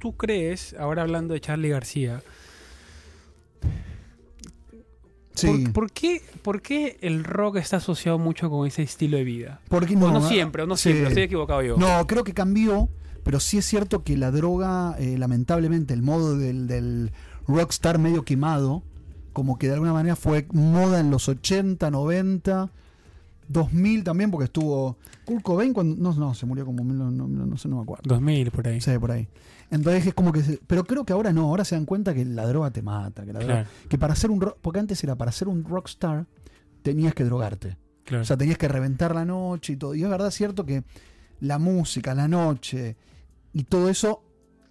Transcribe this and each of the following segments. tú crees, ahora hablando de Charlie García, Sí. ¿por, por qué, por qué el rock está asociado mucho con ese estilo de vida? Porque No, no, no ah, siempre, o no sí. siempre, estoy equivocado yo. No, creo que cambió, pero sí es cierto que la droga, eh, lamentablemente, el modo del, del rockstar medio quemado, como que de alguna manera fue moda en los 80, 90, 2000 también, porque estuvo Kurt Cobain cuando... No, no, se murió como... mil- No, no, no sé, no me acuerdo. 2000 por ahí. Sí, por ahí. Entonces es como que... se- pero creo que ahora no, ahora se dan cuenta que la droga te mata, que la droga- Claro, que para ser un... rock- Porque antes era para ser un rockstar tenías que drogarte. claro. O sea, tenías que reventar la noche y todo. Y es verdad, cierto que la música, la noche y todo eso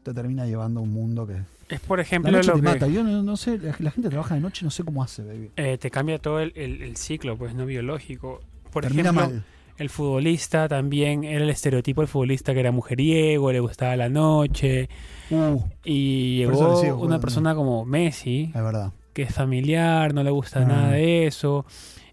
te termina llevando a un mundo que. es por La ejemplo noche lo te que mata. Yo no, no sé, la, la gente trabaja de noche, no sé cómo hace, baby. eh, te cambia todo el, el- el ciclo, pues no biológico. Por termina ejemplo, mal. el futbolista también era el estereotipo del futbolista que era mujeriego, le gustaba la noche. Uh, Y Por eso le llegó sigo jugando. una persona como Messi, es verdad. que es familiar, no le gusta Ah. nada de eso.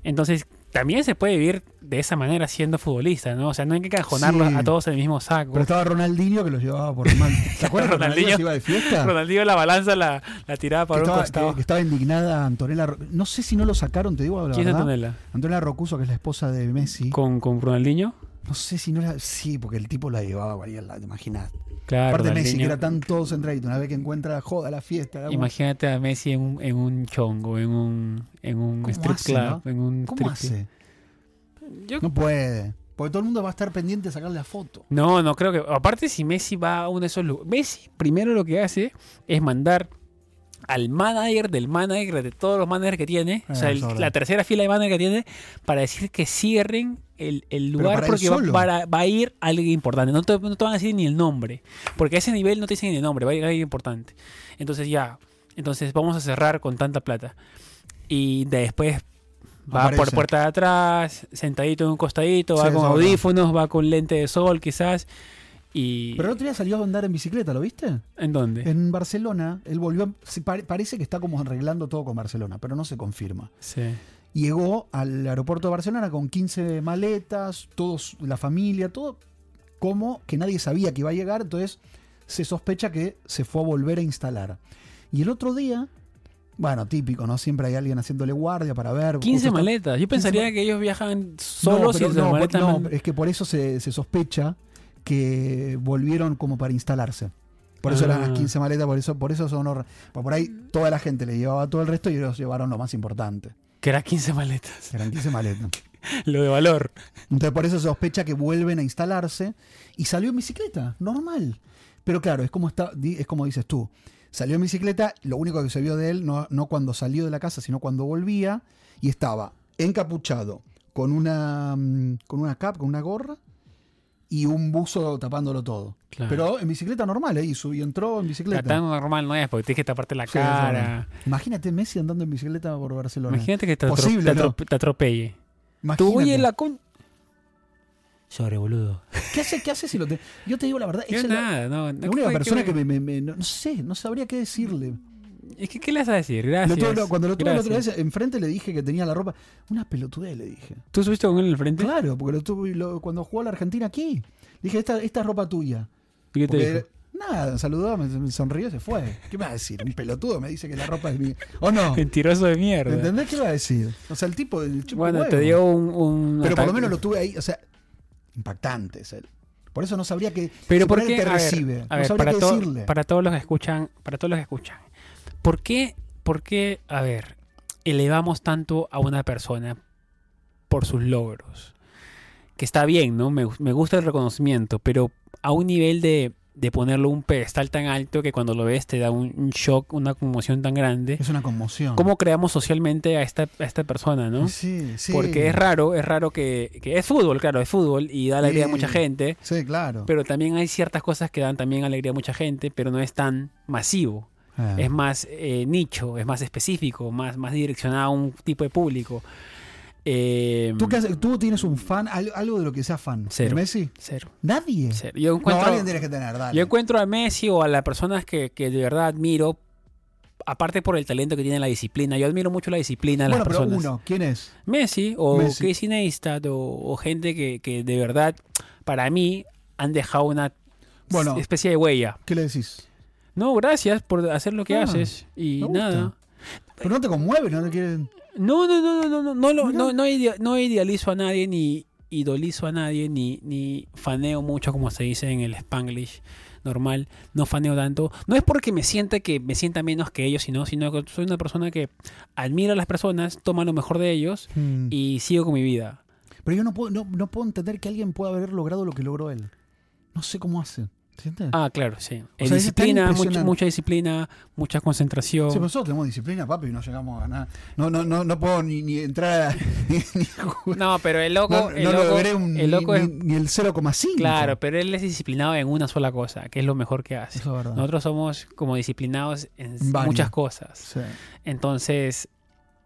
Entonces, también se puede vivir de esa manera siendo futbolista, ¿no? O sea, no hay que cajonarlos Sí. a todos en el mismo saco. Pero estaba Ronaldinho que los llevaba por el mal. ¿Te acuerdas cuando Ronaldinho. Ronaldinho se iba de fiesta? Ronaldinho la balanza la, la tiraba Que para un estaba, costado. que- que estaba indignada Antonella. Ro- No sé si no lo sacaron, te digo la ¿Quién es verdad. Antonella? Antonella Rocuso, que es la esposa de Messi. ¿Con, con Ronaldinho? No sé si no la. Sí, porque el tipo la llevaba a cualquier lado, ¿te imaginas? Claro, Aparte Messi, que Ronaldinho. era tan todo centradito, una vez que encuentra la joda, la fiesta, la Imagínate a Messi en un, en un chongo, en un, en un ¿Cómo strip hace, club, en un ¿Cómo strip- hace? Yo- No puede. Porque todo el mundo va a estar pendiente de sacarle la foto. No, no creo que. Aparte, si Messi va a uno de esos lugares. Messi primero lo que hace es mandar al manager del manager de todos los managers que tiene, o sea, Ah, el- es verdad. la tercera fila de manager que tiene, para decir que cierren el, el Pero lugar para él porque va, solo. para- va a ir alguien importante. No te, no te van a decir ni el nombre, porque a ese nivel no te dicen ni el nombre, va a ir alguien importante. Entonces, ya, entonces vamos a cerrar con tanta plata. Y de- después va por Aparece. puerta de atrás, sentadito en un costadito, Sí, va eso con es verdad. audífonos, va con lente de sol quizás. Y Pero el otro día salió a andar en bicicleta, ¿lo viste? ¿En dónde? En Barcelona, él volvió. a- se pare- parece que está como arreglando todo con Barcelona, pero no se confirma. Sí. Llegó al aeropuerto de Barcelona con 15 maletas, todos, la familia, todo como que nadie sabía que iba a llegar, entonces se sospecha que se fue a volver a instalar. Y el otro día, bueno, típico, ¿no? Siempre hay alguien haciéndole guardia para ver. 15 justo- maletas. Yo pensaría mal- que ellos viajan No, solos pero y no, las por- maletas no, eh, man- es que por eso se, se sospecha que volvieron como para instalarse. Por eso eran Ah. las 15 maletas, por eso, por eso son hor- Por por ahí toda la gente le llevaba todo el resto y ellos llevaron lo más importante. que eran 15 maletas. Eran 15 maletas. Lo de valor. Entonces por eso se sospecha que vuelven a instalarse y salió en bicicleta, normal. Pero claro, es como, está, di- es como dices tú. Salió en bicicleta, lo único que se vio de él, no, no cuando salió de la casa, sino cuando volvía, y estaba encapuchado, con una, mm, con una cap, con una gorra, y un buzo tapándolo todo. Claro. Pero en bicicleta normal, ¿eh? y, subió y entró en Ya bicicleta. Tan normal no es porque tienes que taparte la Sí, es cara. normal. Imagínate Messi andando en bicicleta por Barcelona. Imagínate que te, atro- Posible, te ¿no? atro- te atropelle. Imagínate. Tú, oye, la con. Sobre, boludo. ¿Qué hace, qué hace si lo te... Yo te digo la verdad, Yo esa es la- nada, no, no La única fue persona que me, me- me- no, no sé, no sabría qué decirle. Es que, ¿qué le vas a decir? Lo Gracias. tuve- no, cuando lo tuve la otra gracias. vez enfrente le dije que tenía la ropa. Una pelotudez le dije. ¿Tú subiste con él en el frente? Claro, porque lo tuve lo- cuando jugó la Argentina aquí. Le dije, esta, esta es ropa tuya. ¿Y qué te Porque- dijo? nada, saludó, me, me sonrió y se fue. ¿Qué me va a decir? Un pelotudo me dice que la ropa es mía. ¿O no? Mentiroso de mierda. ¿Entendés qué va a decir? O sea, el tipo del chupa Bueno, huevo. te dio un. un Pero por ataque. lo menos lo tuve ahí, o sea, impactante es él. Por eso no sabría que Pero por poner qué te a ver, recibe. a no ver, sabría para, qué to- decirle. para todos los que escuchan, para todos los que escuchan. ¿Por qué, por qué, a ver, elevamos tanto a una persona por sus logros? Que está bien, ¿no? Me, me gusta el reconocimiento, pero a un nivel de, de ponerlo un pedestal tan alto que cuando lo ves te da un, un shock, una conmoción tan grande. Es una conmoción. ¿Cómo creamos socialmente a esta, a esta persona, no? Sí, sí. Porque es raro, es raro que, que es fútbol, claro, es fútbol y da alegría a Sí. mucha gente, Sí, claro. pero también hay ciertas cosas que dan también alegría a mucha gente, pero no es tan masivo, Ah. es más eh, nicho, es más específico, más, más direccionado a un tipo de público. Eh, ¿Tú, qué haces? ¿Tú tienes un fan? Al- ¿Algo de lo que sea fan? Cero. ¿De Messi? Cero, ¿Nadie? cero. Yo No, encuentro, alguien tienes que tener, dale. yo encuentro a Messi o a las personas que, que de verdad admiro, aparte por el talento que tiene la disciplina, yo admiro mucho la disciplina de bueno, las pero personas. uno, ¿quién es? Messi o Messi. Casey Neistat o, o gente que, que de verdad para mí han dejado una Bueno. especie de huella. ¿Qué le decís? No, gracias por hacer lo que Ah, haces. Y me gusta. nada. Pero no te conmueve, no te quieren. No, no, no, no, no, no, no, lo- Mira. no, no idea- no idealizo a nadie, ni idolizo a nadie, ni, ni faneo mucho, como se dice en el spanglish normal. No faneo tanto. No es porque me sienta que me sienta menos que ellos, sino, sino que soy una persona que admira a las personas, toma lo mejor de ellos y sigo con mi vida. Hmm. Pero yo no puedo, no, no puedo entender que alguien pueda haber logrado lo que logró él. No sé cómo hace. ¿Entiendes? Ah, claro, sí. Eh, sea, es tan disciplina, mucha- impresionante. mucha disciplina, mucha concentración. Sí, pues, pero nosotros tenemos disciplina, papi, y no llegamos a nada. No, no, no, no puedo ni, ni entrar a, ni, ni jugar. No, pero el loco, No, el no loco- logré un- el loco ni, es- ni- ni el 0,5. Claro, pero él es disciplinado en una sola cosa, que es lo mejor que hace. Eso es verdad. Nosotros somos como disciplinados en s- Varios. muchas cosas. Sí. Entonces,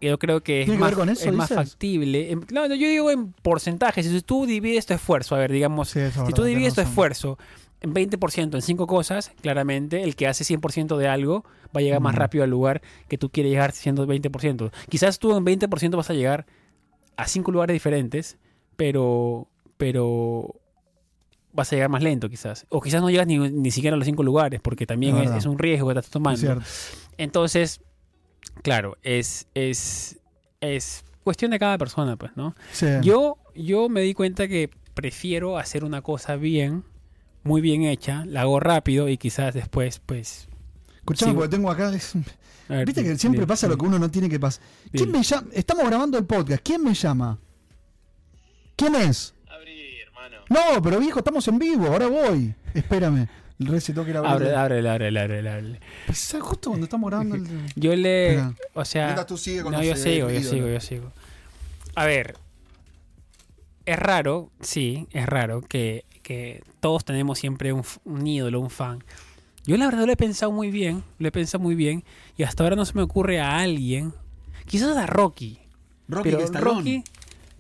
yo creo que es, ¿Tiene que más, ver con eso, es más dices? factible. En- no, no, yo digo en porcentajes. Si tú divides tu esfuerzo, a ver, digamos, Sí, eso es si verdad, tú divides tenés tu razón. esfuerzo en 20% en cinco cosas, claramente el que hace 100% de algo va a llegar más Mm. rápido al lugar que tú quieres llegar siendo 20%. Quizás tú en 20% vas a llegar a cinco lugares diferentes, pero pero vas a llegar más lento quizás. O quizás no llegas ni, ni siquiera a los cinco lugares, porque también Es es, verdad. es un riesgo que estás tomando. Es cierto. Entonces, claro, es, es, es cuestión de cada persona, pues, ¿no? Sí. Yo, yo me di cuenta que prefiero hacer una cosa bien, muy bien hecha, la hago rápido y quizás después, pues... Escuchame, sí. porque tengo acá. es- a ver, Viste que di- siempre di- pasa lo que uno no tiene que pasar. ¿Quién di- me llama? Estamos grabando el podcast. ¿Quién me llama? ¿Quién es? Abrí, hermano. No, pero viejo, estamos en vivo. Ahora voy. Espérame. El rey se toca ir a Ábrele, ábrele, ábrele, ábrele, ábrele. Pensá justo cuando estamos grabando el. Yo le... Espera. O sea... tú sigues No, yo sigo, yo sigo, yo sigo. A ver, es raro, sí, es raro que, que todos tenemos siempre un, f- un ídolo, un fan. Yo la verdad lo he pensado muy bien, lo he pensado muy bien, y hasta ahora no se me ocurre a alguien, quizás a Rocky, Rocky pero Rocky,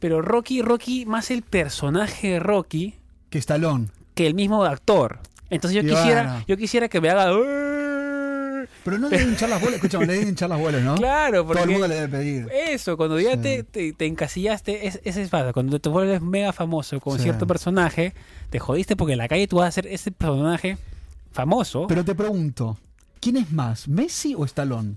pero Rocky, Rocky más el personaje de Rocky Que Stallone. que el mismo actor. Entonces yo Y quisiera, bueno. yo quisiera que me haga Pero no le deben hinchar las bolas. Escúchame, le deben hinchar las bolas, ¿no? claro, porque Todo el mundo le debe pedir. Eso, cuando ya Sí. te, te, te encasillaste, es, ese es fácil. Cuando te vuelves mega famoso con Sí. cierto personaje, te jodiste porque en la calle tú vas a ser ese personaje famoso. Pero te pregunto, ¿quién es más, Messi o Stallone?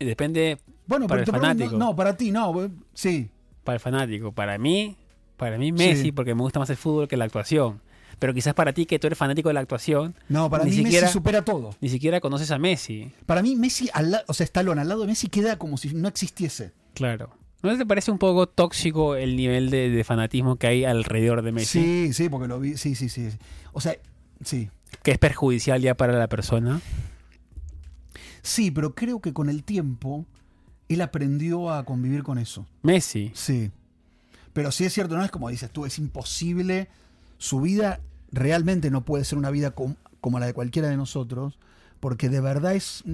Y depende Bueno, Para el pero te pregunto- fanático. No, para ti, no. vos- Sí. para el fanático. Para mí, para mí Messi, Sí. porque me gusta más el fútbol que la actuación. Pero quizás para ti, que tú eres fanático de la actuación, No, para Ni mí siquiera- Messi supera todo. ni siquiera conoces a Messi. Para mí Messi, al la- o sea, Stallone al lado de Messi queda como si no existiese. Claro. ¿No te parece un poco tóxico el nivel de, de fanatismo que hay alrededor de Messi? Sí, sí, porque lo vi. Sí, sí, sí. O sea, sí. Que es perjudicial ya para la persona. Sí, pero creo que con el tiempo él aprendió a convivir con eso. Messi. Sí. Pero sí es cierto, no es como dices tú, es imposible. Su vida realmente no puede ser una vida com- como la de cualquiera de nosotros, porque de verdad es,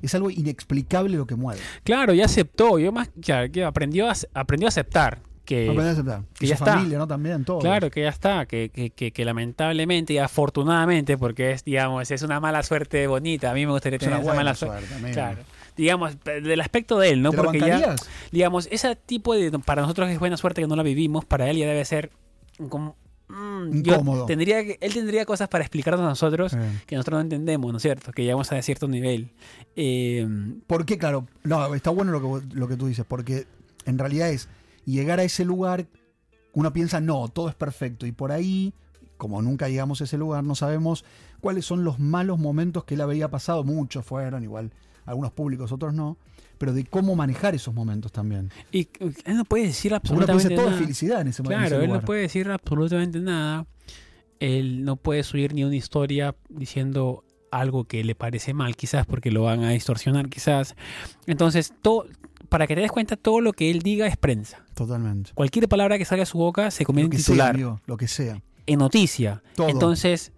es algo inexplicable lo que mueve. Claro, ya aceptó. Yo más ya, que aprendió a, aprendió a aceptar que Aprender a aceptar. que Y ya su está. familia, ¿no? También todo. claro que ya está, que, que, que- que lamentablemente y afortunadamente, porque es digamos es una mala suerte bonita. A mí me gustaría Es una tener esa buena mala suerte. suerte. amigo. Claro. Digamos pe- del aspecto de él, no ¿Te la porque ya bancarías? digamos ese tipo de para nosotros es buena suerte que no la vivimos, para él ya debe ser como mm, yo Incómodo. tendría que- él tendría cosas para explicarnos a nosotros Eh. que nosotros no entendemos, ¿no es cierto? Que llegamos a cierto nivel. Eh, Porque, claro, no, está bueno lo que, vos- lo que tú dices, porque en realidad es llegar a ese lugar, uno piensa, no, todo es perfecto, y por ahí, como nunca llegamos a ese lugar, no sabemos cuáles son los malos momentos que él habría pasado, muchos fueron, igual, algunos públicos, otros no, pero de cómo manejar esos momentos también. Y c- él no puede decir Uno piensa, absolutamente todo es nada. felicidad en ese momento. Claro, él no puede decir absolutamente nada. Él no puede subir ni una historia diciendo algo que le parece mal, quizás porque lo van a distorsionar, quizás. Entonces, todo, para que te des cuenta, todo lo que él diga es prensa. Totalmente. Cualquier palabra que salga de su boca se Lo convierte que en sea, titular, amigo, lo que sea. en noticia. Todo. Entonces,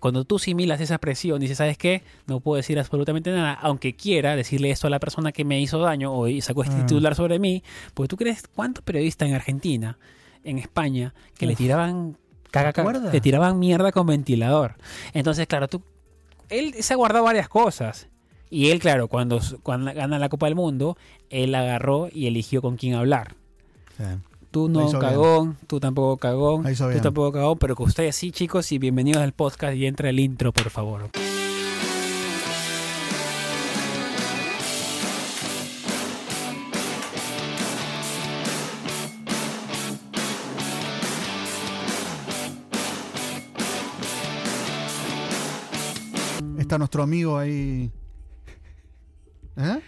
cuando tú similas esa presión, dices, ¿sabes qué? No puedo decir absolutamente nada, aunque quiera decirle esto a la persona que me hizo daño o sacó este Ah. titular sobre mí, porque tú crees cuántos periodistas en Argentina, en España, que le Uf. tiraban caca, caca- acuerdas? le tiraban mierda con ventilador. Entonces, claro, tú él se ha guardado varias cosas. Y él, claro, cuando, cuando gana la Copa del Mundo, él agarró y eligió con quién hablar. Sí. Tú no, Lo hizo bien. cagón, tú tampoco cagón, Lo hizo tú bien. tampoco cagón, pero que ustedes sí, chicos, y bienvenidos al podcast y entra el intro, por favor. está nuestro amigo ahí. ¿Eh?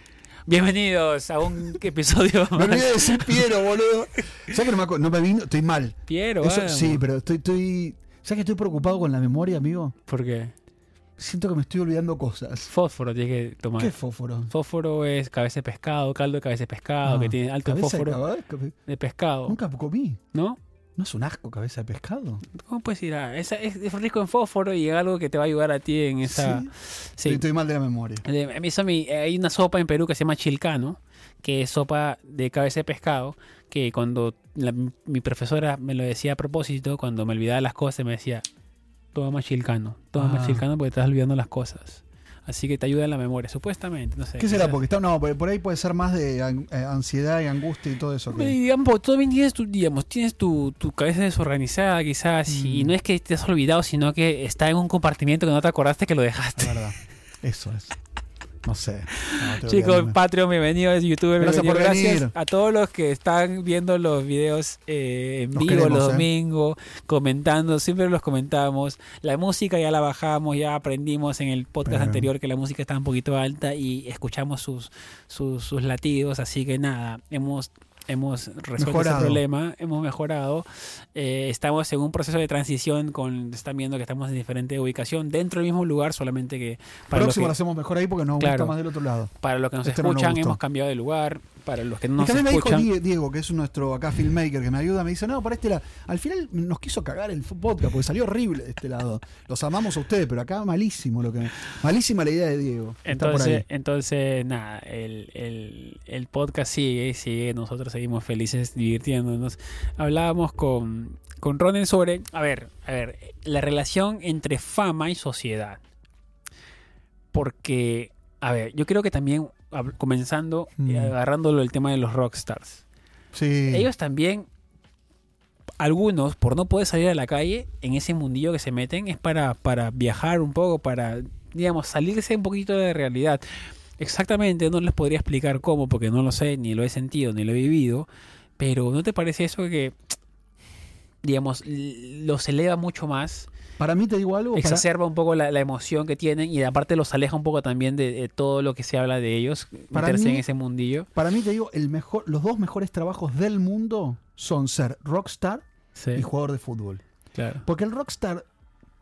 Bienvenidos a un episodio Me más. olvidé de decir Piero, boludo. ¿Sabes que no me, acu- no me vino? Estoy mal. Piero, Eso- vamos. sí, pero estoy, estoy. ¿Sabes que estoy preocupado con la memoria, amigo? ¿Por qué? Siento que me estoy olvidando cosas. Fósforo tienes que tomar. ¿Qué fósforo? Fósforo es cabeza de pescado, caldo de cabeza de pescado, Ah, que tiene alto en cabeza de fósforo Oh. caba- cabe- de pescado, Nunca comí. ¿no? ¿No es un asco cabeza de pescado? ¿Cómo puedes ir a...? esa- Es, es rico en fósforo y es algo que te va a ayudar a ti en esa... Sí. Sí. Estoy mal de la memoria. Eh, a mí eso me- hay una sopa en Perú que se llama chilcano, que es sopa de cabeza de pescado, que cuando la- mi profesora me lo decía a propósito, cuando me olvidaba las cosas, me decía, toma más chilcano, toma más Ah. chilcano porque te estás olvidando las cosas. Así que te ayuda en la memoria, supuestamente. No sé, ¿Qué será? quizás. Porque está. No, por por ahí puede ser más de an- eh, ansiedad y angustia y todo eso. que- Eh, Digamos, porque tú bien tienes tu, digamos, tienes tu, tu cabeza desorganizada quizás y Mm. no es que te has olvidado, sino que está en un compartimiento que no te acordaste que lo Es dejaste. verdad. Eso es. No sé. No, tengo que Chicos, olvidarme. Patreon, bienvenidos, YouTube, Gracias bienvenidos. por Gracias venir. a todos los que están viendo los videos eh, en Los vivo queremos, los ¿eh? domingos, comentando, siempre los comentamos. La música ya la bajamos, ya aprendimos en el podcast Pero- anterior que la música está un poquito alta y escuchamos sus, sus, sus latidos, así que nada, hemos... Hemos resuelto Mejorado. ese problema, hemos mejorado. Eh, estamos en un proceso de transición con, están viendo que estamos en diferente ubicación, dentro del mismo lugar, solamente que los Próximo que- lo hacemos mejor ahí porque nos Claro. gusta más del otro lado. para los que nos Este no nos escuchan, gustó. hemos cambiado de lugar. Para los que no Y nos también me dijo escuchan, Die- Diego, que es nuestro acá filmmaker que me ayuda, me dice, no, para este lado. Al final nos quiso cagar el podcast porque salió horrible de este lado. Los amamos a ustedes, pero acá malísimo lo que... Malísima la idea de Diego. Está por entonces, ahí. entonces nada, el, el- el podcast sigue, sigue, nosotros seguimos felices divirtiéndonos. Hablábamos con, con Ronen sobre, a ver, a ver, la relación entre fama y sociedad. Porque, a ver, yo creo que también, hab- comenzando, Mm. eh, agarrándolo el tema de los rockstars. Sí. ellos también, algunos, por no poder salir a la calle, en ese mundillo que se meten, es para, para viajar un poco, para, digamos, salirse un poquito de realidad. Exactamente, no les podría explicar cómo, porque no lo sé, ni lo he sentido, ni lo he vivido, pero ¿no te parece eso que, digamos, l- los eleva mucho más? Para mí te digo algo. para- exacerba un poco la, la emoción que tienen y aparte los aleja un poco también de, de todo lo que se habla de ellos, Para meterse en mí- ese mundillo. Para mí te digo, el mejor, los dos mejores trabajos del mundo son ser rockstar Sí, y jugador de fútbol. claro. Porque el rockstar,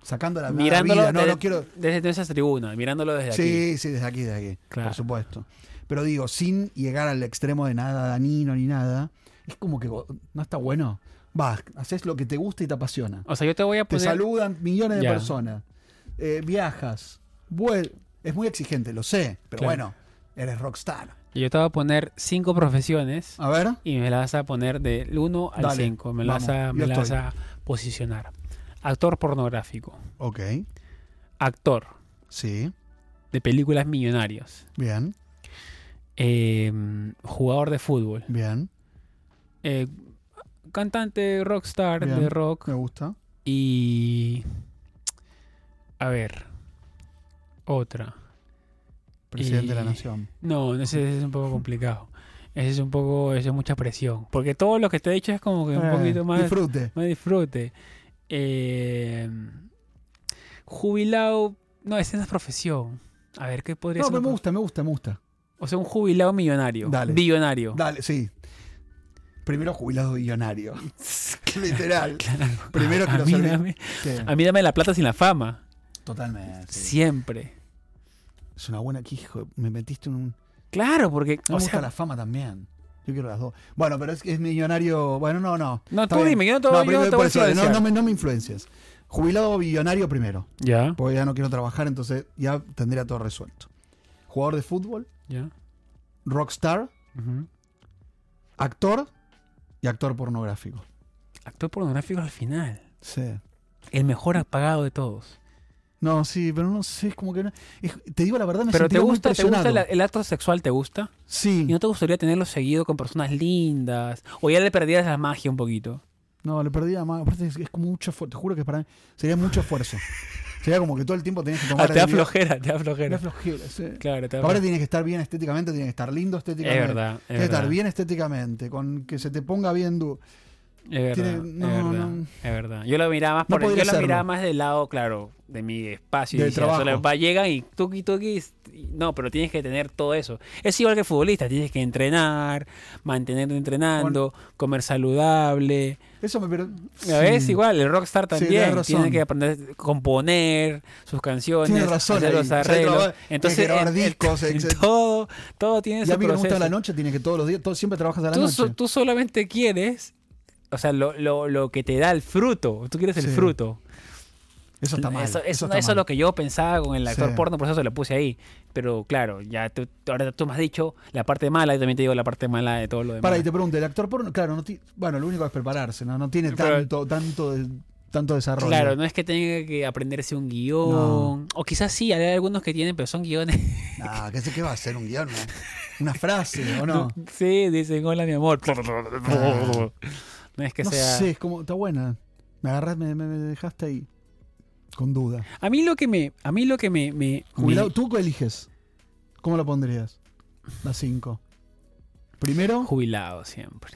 sacando la mala mirándolo vida, no, desde, no quiero... desde esas tribunas, mirándolo desde aquí. Sí, sí, desde aquí, desde aquí. Claro. Por supuesto. Pero digo, sin llegar al extremo de nada danino ni nada, es como que go- no está bueno. Vas, haces lo que te gusta y te apasiona. O sea, yo te voy a Te poner. saludan millones de Ya. personas. Eh, viajas. vuel- es muy exigente, lo sé. Pero Claro. bueno, eres rockstar. Yo te voy a poner cinco profesiones A ver. y me las vas a poner del 1 al Dale, 5. Me las vamos, vas a, yo me las vas estoy. a posicionar. Actor pornográfico. Ok. Actor Sí. de películas millonarios. Bien. eh, jugador de fútbol. Bien. eh, cantante rockstar Bien. de rock. Me gusta. Y. A ver. Otra. Presidente de la Y- Nación. No, ese, ese es un poco complicado. Ese es un poco, ese es mucha presión. Porque todo lo que te he dicho es como que un Eh, poquito más, Disfrute. más disfrute. Eh, jubilado, no, esa no es profesión. A ver, ¿qué podría No, ser? pero una me prof- gusta, me gusta, me gusta. O sea, un jubilado millonario. Dale. Billonario. Dale, sí. Primero jubilado billonario. Literal. Claro. Primero a, quiero mí ser- dame, Sí. a mí dame la plata sin la fama. Totalmente. Siempre. Es una buena que hijo, me metiste en un. Claro, porque. No o me sea, gusta la fama también. Yo quiero las dos. Bueno, pero es que es millonario. Bueno, no, no. no, Está tú bien. dime, yo no te, No, voy- yo no primero te por voy a eso, no, influenciar. no me, no me influencias. Jubilado billonario primero. Ya, Porque ya no quiero trabajar, entonces ya tendría todo resuelto. Jugador de fútbol, ya. rockstar, ujú. actor y actor pornográfico. Actor pornográfico al final. Sí. El mejor pagado de todos. No, sí, pero no sé, es como que. no- es- te digo la verdad, me Pero te sentiría muy gusta, te gusta presionado. la- el acto sexual, ¿te gusta? Sí. ¿Y no te gustaría tenerlo seguido con personas lindas? ¿O ya le perdías la magia un poquito? No, le perdí la mano. Aparte, es, es como mucho esfuerzo. Te juro que para mí sería mucho esfuerzo. sería como que todo el tiempo tenías que Ah, tomar. te da el video- flojera, te da Me da flojera. flojera, sí. Claro, te da Aparte, flojera. tienes que estar bien estéticamente, tienes que estar lindo Es estéticamente. verdad, es Tienes que estar verdad. bien estéticamente, con que se te ponga bien du- Es verdad, Tiene- es no, verdad, no. es verdad. Yo lo miraba más por el- podría yo lo serlo. miraba más del lado, claro, de mi espacio. Del y decía, trabajo. solo va, llegan y tuki tuki. y- No, pero tienes que tener todo eso. Es igual que el futbolista, tienes que entrenar, mantenerte entrenando, comer saludable. Eso me pero- A Es sí. igual, el rockstar Sí, también tienes tiene razón. que aprender a componer sus canciones, Tienes razón hacer ahí. los O sea, el arreglos. trabajo- tienes que Entonces, grabar en- en- discos, en etc. todo, todo tiene Y a su mí que me gusta proceso la noche, tiene que todos los días, todo, siempre trabajas a la tú, noche. so- tú solamente quieres, o sea, lo, lo- lo que te da el fruto. Tú quieres el Sí. fruto. eso está mal. Eso, eso- eso está es mal. lo que yo pensaba con el actor Sí. porno, por eso se lo puse ahí. Pero claro, ya tú, ahora tú me has dicho la parte mala, yo también te digo la parte mala de todo lo demás. Para, y te pregunto, el actor porno, claro, no ti- bueno, lo único es prepararse, ¿no? No tiene Pero- tanto, tanto, de- tanto desarrollo. Claro, no es que tenga que aprenderse un guión. No. O quizás sí, hay algunos que tienen, pero son guiones. Ah, ¿qué, sé qué va a ser? ¿Un guión? no? ¿Una frase o no? sí, dicen, hola mi amor. No es que no sea... sé, es como, está buena. Me agarras, me, me- me dejaste ahí. Con duda. A mí lo que me... A mí lo que me... me- Jubilado, ¿Tú qué eliges? ¿Cómo lo pondrías? La 5. Primero, Jubilado siempre.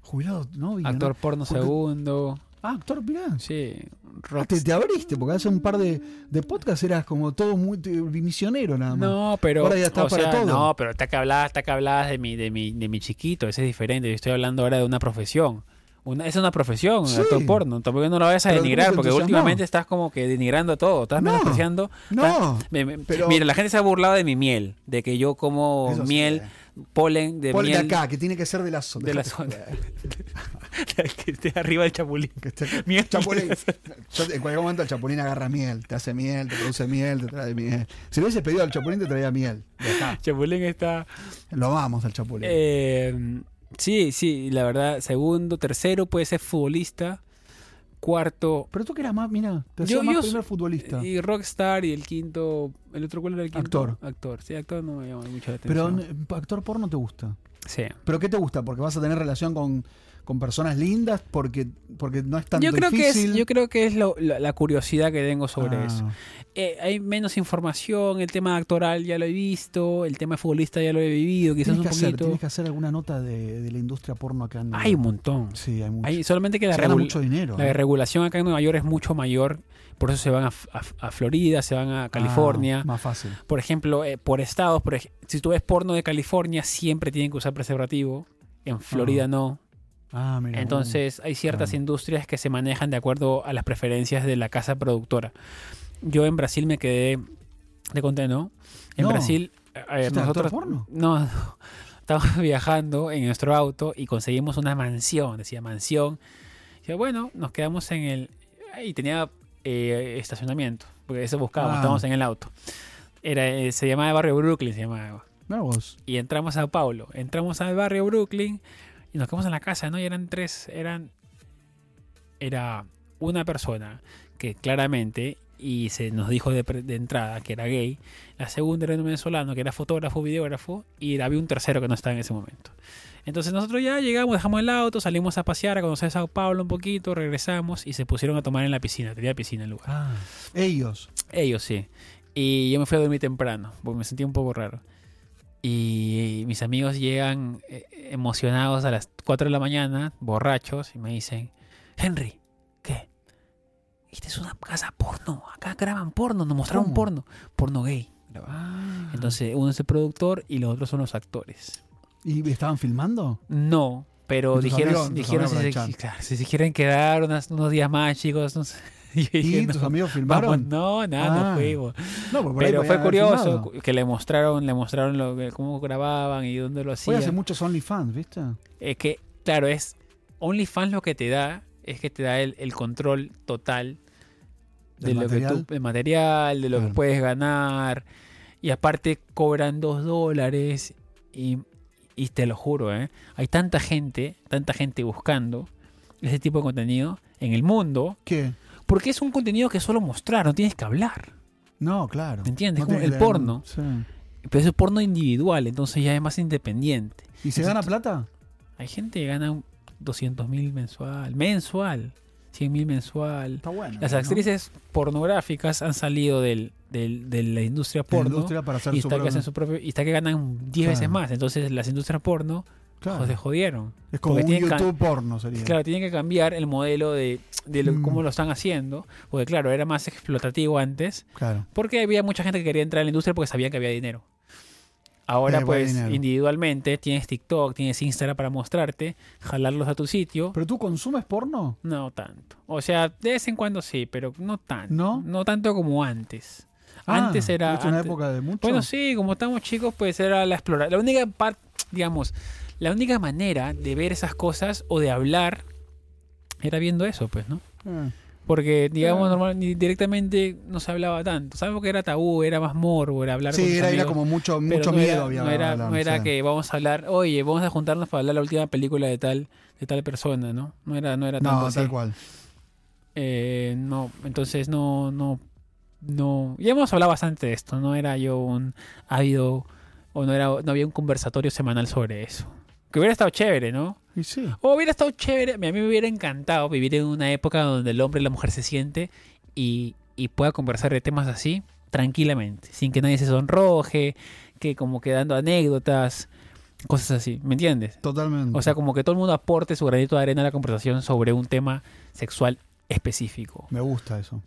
jubilado, novia, Actor ¿no? porno Porque- segundo. Ah, actor, mirá. Sí, Ah, rock- te, te abriste, porque hace un par de, de podcasts eras como todo muy te- misionero nada más. No, pero. Ahora ya está o para sea, todo. No, pero está que hablabas, está que hablabas de mi, de mi, de mi chiquito, ese es diferente. Yo estoy hablando ahora de una profesión. Una, es una profesión, Sí. actor porno. Tampoco no la vayas a Pero denigrar, ¿cómo te porque entusiasmó? últimamente estás como que denigrando todo, estás No, menospreciando. No, estás- me- me- pero- Mira, la gente se ha burlado de mi miel, de que yo como Eso sí, miel, polen de Ponle miel acá, que tiene que ser de la zona. de la Dejate zona. joder. que esté arriba del chapulín. Que esté- Miel. Chapulín. Yo- en cualquier momento el chapulín agarra miel, te hace miel, te produce miel, te trae miel. Si le hubieses pedido al chapulín, te traía miel. Ya está. Chapulín está. Lo vamos al chapulín. Eh, sí, sí, la verdad. Segundo, tercero puede ser futbolista. Cuarto, Pero tú que eras más, mira, te yo- hacías más yo eh, soy- primer futbolista. Y Rockstar y el quinto. ¿El otro cuál era el quinto? Actor. Actor, sí, actor no me llama mucho la Pero atención. n- actor porno te gusta. sí. ¿Pero qué te gusta? Porque vas a tener relación con, con personas lindas, porque, porque no es tan Yo creo, que difícil. es, yo creo que es lo- la, la curiosidad que tengo sobre Ah, eso. Eh, hay menos información, el tema actoral ya lo he visto, el tema futbolista ya lo he vivido, quizás Tienes un que, hacer, poquito. tienes que hacer alguna nota de, de la industria porno acá en Hay un montón. Sí, hay mucho. Hay, solamente que la, Se gana regul- mucho dinero. la ¿eh? regulación acá en Nueva York es mucho mayor, por eso se van a, F- a F- a Florida, se van a California. Ah, más fácil. Por ejemplo, eh, por estados, por ej- si tú ves porno de California, siempre tienen que usar preservativo. En Florida no. Ah, mira. Entonces, hay ciertas claro. industrias que se manejan de acuerdo a las preferencias de la casa productora. Yo en Brasil me quedé. Te conté, ¿no? En No. Brasil. eh, eh, ¿Fuiste nosotros. actor porno? No, no. Estábamos viajando en nuestro auto y conseguimos una mansión. Decía mansión. Yo, bueno, nos quedamos en el. Y tenía eh, estacionamiento. Porque eso buscábamos. Ah. Estábamos en el auto. Era, eh, se llamaba Barrio Brooklyn, se llamaba Mira vos. y entramos a Sao Paulo. Entramos al barrio Brooklyn y nos quedamos en la casa, ¿no? Y eran tres, eran... Era una persona que claramente, y se nos dijo de, pre- de entrada que era gay, la segunda era un venezolano que era fotógrafo, videógrafo, y había un tercero que no estaba en ese momento. Entonces nosotros ya llegamos, dejamos el auto, salimos a pasear, a conocer Sao Paulo un poquito, regresamos y se pusieron a tomar en la piscina, tenía piscina el lugar. Ah, ellos. Ellos sí. Y yo me fui a dormir temprano, porque me sentí un poco raro. Y mis amigos llegan eh, emocionados a las 4 de la mañana, borrachos, y me dicen, Henry, ¿qué? Esta es una casa porno, acá graban porno, nos mostraron ¿Cómo? porno, porno gay. Ah. Entonces uno es el productor y los otros son los actores. ¿Y estaban filmando? No, pero Tus dijeron, amigos- tus dijeron si, amigos se, aprovechan. claro, si se quieren quedar unas- unos días más, chicos. No sé. Y yo ¿Y dije, tus "No, amigos vamos, filmaron? no, nada, Ah. no fuimos. No, porque por ahí Pero podían fue haber curioso filmado. cu- que le mostraron, le mostraron lo que- cómo grababan y dónde lo Hoy hacían. hace muchos OnlyFans, ¿viste? Es que, claro, es OnlyFans lo que te da es que te da el, el control total de Del lo que material. tú, del material, de lo que Claro. puedes ganar. Y aparte cobran dos dólares y, y te lo juro, ¿eh? hay tanta gente, tanta gente buscando ese tipo de contenido en el mundo ¿Qué? porque es un contenido que solo mostrar, no tienes que hablar, No, claro. ¿me entiendes? No Como tiene el que- porno. Sí. Pero eso es porno individual, entonces ya es más independiente. ¿Y se Entonces, gana plata? Hay gente que gana 200 mil mensual, mensual, 100 mil mensual. Está bueno. Las ¿no? actrices pornográficas han salido del, del- de la industria De la porno industria para hacer y su está, que propio- hacen su propio, y está que ganan 10 veces Claro. más. Entonces las industrias porno Claro. se jodieron. Es como porque un tiene ca- YouTube porno sería. Claro, tienen que cambiar el modelo de, de lo- Mm. cómo lo están haciendo, porque claro, era más explotativo antes, Claro. porque había mucha gente que quería entrar en la industria porque sabían que había dinero. Ahora Eh, buen pues dinero. individualmente tienes TikTok, tienes Instagram para mostrarte, jalarlos a tu sitio. ¿Pero tú consumes porno? No tanto. O sea, de vez en cuando sí, pero no tanto. ¿No? tanto como antes. antes Ah, era... ¿tuviste una antes- época de mucho. Bueno, sí, como estamos chicos, pues era la explorar. La única parte, digamos, la única manera de ver esas cosas o de hablar era viendo eso, pues, ¿no? Eh, Porque, digamos, Claro. normal, ni- directamente no se hablaba tanto. Sabemos que era tabú, era más morbo, era hablar con Sí, tus era, era amigos, como mucho, pero mucho no miedo era, había. No era, hablar, no era sí. que vamos a hablar, oye, vamos a juntarnos para hablar la última película de tal de tal persona, ¿no? No era, no era tanto No, así. tal cual. Eh, no, entonces no, no, no. Ya hemos hablado bastante de esto. No era yo un ávido o no era, no había un conversatorio semanal sobre eso. Que hubiera estado chévere, ¿no? Y sí. O Oh, hubiera estado chévere. A mí me hubiera encantado vivir en una época donde el hombre y la mujer se siente y, y pueda conversar de temas así tranquilamente, sin que nadie se sonroje, que como que dando anécdotas, cosas así. ¿Me entiendes? Totalmente. O sea, como que todo el mundo aporte su granito de arena a la conversación sobre un tema sexual específico. me gusta eso.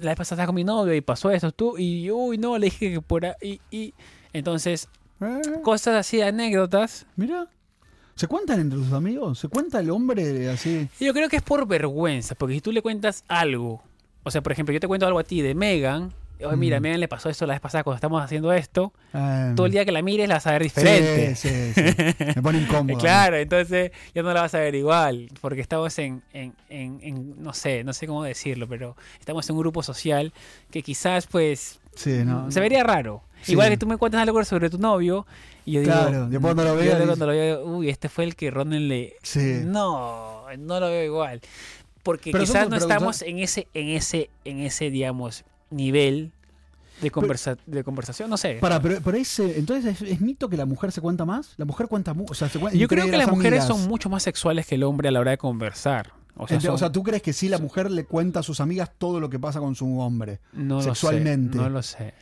La vez pasada estaba con mi novio y pasó eso, tú, y uy, no, le dije que por ahí, y... Entonces, Eh, cosas así, anécdotas. mira. ¿Se cuentan entre sus amigos? ¿Se cuenta el hombre así? Y Yo creo que es por vergüenza, porque si tú le cuentas algo, o sea, por ejemplo, yo te cuento algo a ti de Megan, oye, mira, a Mm. Megan le pasó esto la vez pasada cuando estamos haciendo esto, Eh, todo el día que la mires la vas a ver sí, diferente. Eh, Sí, sí. Me pone incómodo. Claro, entonces ya no la vas a ver igual, porque estamos en, en- en- en- no sé, no sé cómo decirlo, pero estamos en un grupo social que quizás pues Sí, no. se vería raro. Sí. Igual que tú me cuentas algo sobre tu novio y yo Claro, digo, después cuando lo yo veas luego dices- cuando lo veo, uy, este fue el que Ronen le... Sí. No, no lo veo igual. Porque Pero quizás son- no pero estamos en ese, en ese, en ese, digamos, nivel de, conversa- de conversación, no sé. Para, pero, pero ese, entonces es, es mito que la mujer se cuenta más. La mujer cuenta mucho. O sea, se cuen- Yo entre creo que las mujeres amigas. son mucho más sexuales que el hombre a la hora de conversar. O sea, Ente- son- o sea, ¿tú crees que sí la mujer le cuenta a sus amigas todo lo que pasa con su hombre? no lo sé, sexualmente. no lo sé.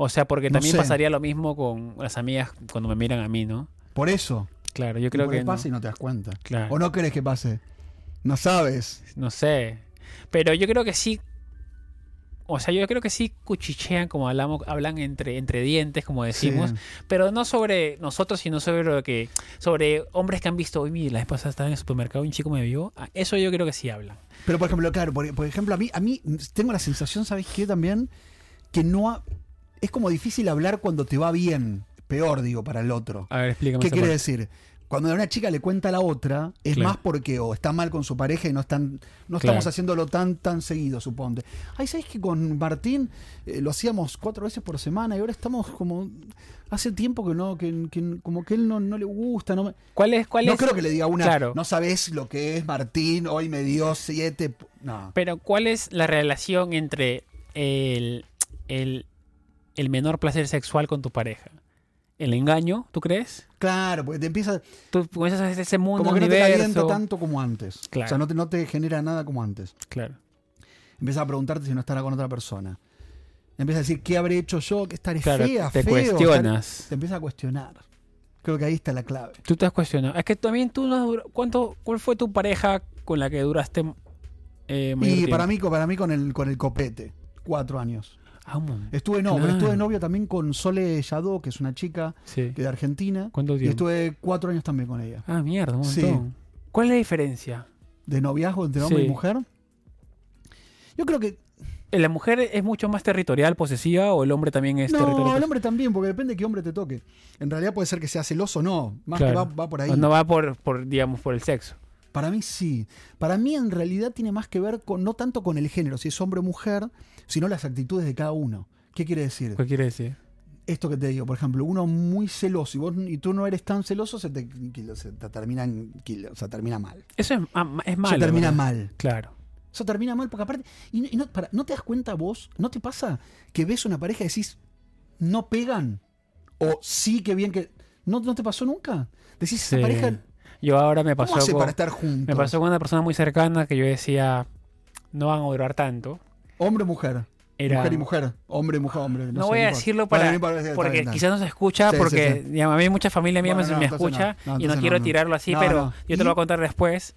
O sea, porque No también sé. pasaría lo mismo con las amigas cuando me miran a mí, ¿no? Por eso. Claro, yo creo Porque que no, pasa y no te das cuenta. Claro. ¿O no crees que pase? No sabes. no sé. Pero yo creo que sí. O sea, yo creo que sí cuchichean como hablamos, hablan entre, entre dientes, como decimos, Sí. pero no sobre nosotros, sino sobre lo que, sobre hombres que han visto hoy, mira, la vez pasada estaba en el supermercado y un chico me vio. Ah, Eso yo creo que sí hablan. Pero por ejemplo, claro, por, por ejemplo, a mí, a mí tengo la sensación, ¿sabes qué? También que no ha- es como difícil hablar cuando te va bien. Peor, digo, para el otro. A ver, explícame. ¿Qué esa quiere parte. decir? Cuando una chica le cuenta a la otra, es Claro. más porque o está mal con su pareja y no están, no Claro. estamos haciéndolo tan tan seguido, suponte. Ay, ¿sabes que con Martín eh, lo hacíamos cuatro veces por semana y ahora estamos como hace tiempo que no, que, que- como que él no, no le gusta, no me- ¿Cuál es, cuál no es- creo que le diga una, Claro. no sabes lo que es Martín, hoy me dio siete. p-". No. Pero, ¿cuál es la relación entre el, el, el menor placer sexual con tu pareja? ¿El engaño, tú crees? Claro, porque te empieza. Tú comienzas a hacer ese mundo, Como que no te universo. calienta tanto como antes. Claro. O sea, no te, no te genera nada como antes. Claro. Empieza a preguntarte si no estará con otra persona. Empieza a decir, ¿qué habré hecho yo? ¿Qué estaré Claro, fea, te feo? cuestionas. Te empieza a cuestionar. Creo que ahí está la clave. Tú te has cuestionado. Es que también tú no has durado- ¿Cuánto, ¿Cuál fue tu pareja con la que duraste eh, mayor Y para tiempo? mí, para mí con el con el copete. Cuatro años. Ah, un montón. Estuve novio, Claro. estuve novio también con Sole Yadó, que es una chica Sí. que de Argentina. ¿Cuánto Y tiempo? estuve cuatro años también con ella. Ah, mierda, un Sí. montón. ¿Cuál es la diferencia? De noviazgo entre hombre Sí. y mujer. Yo creo que. ¿Eh, ¿La mujer es mucho más territorial, posesiva o el hombre también es no, territorial? el hombre también, porque depende de qué hombre te toque. En realidad puede ser que sea celoso o no. Más Claro. que va, va por ahí. No va por, por, digamos, por el sexo. Para mí sí. Para mí en realidad tiene más que ver con no tanto con el género, si es hombre o mujer, sino las actitudes de cada uno. ¿Qué quiere decir? ¿Qué quiere decir? Esto que te digo, por ejemplo, uno muy celoso y vos y tú no eres tan celoso, se te, quil- se te termina, en quil- o sea, termina mal. Eso es, ah, ma- es malo. Eso termina ¿verdad? mal. Claro. Eso termina mal porque aparte y, no- y no, para, no te das cuenta vos, ¿no te pasa que ves una pareja y decís no pegan o sí que bien que no, no te pasó nunca? Decís esa Sí. pareja Yo ahora me ¿cómo pasó, hace con, para estar me juntos? pasó con una persona muy cercana que yo decía, no van a durar tanto. Hombre o mujer. era... Mujer y mujer, hombre y mujer, hombre. No sé, voy a importa. decirlo Bueno, para, no importa, está porque bien, está bien. quizás no se escucha, Sí, sí, porque sí. digamos, a mí mucha familia mía Bueno, me, no, me entonces escucha no. No, y no entonces quiero no, no. tirarlo así, No, pero no. yo te lo Y- voy a contar después.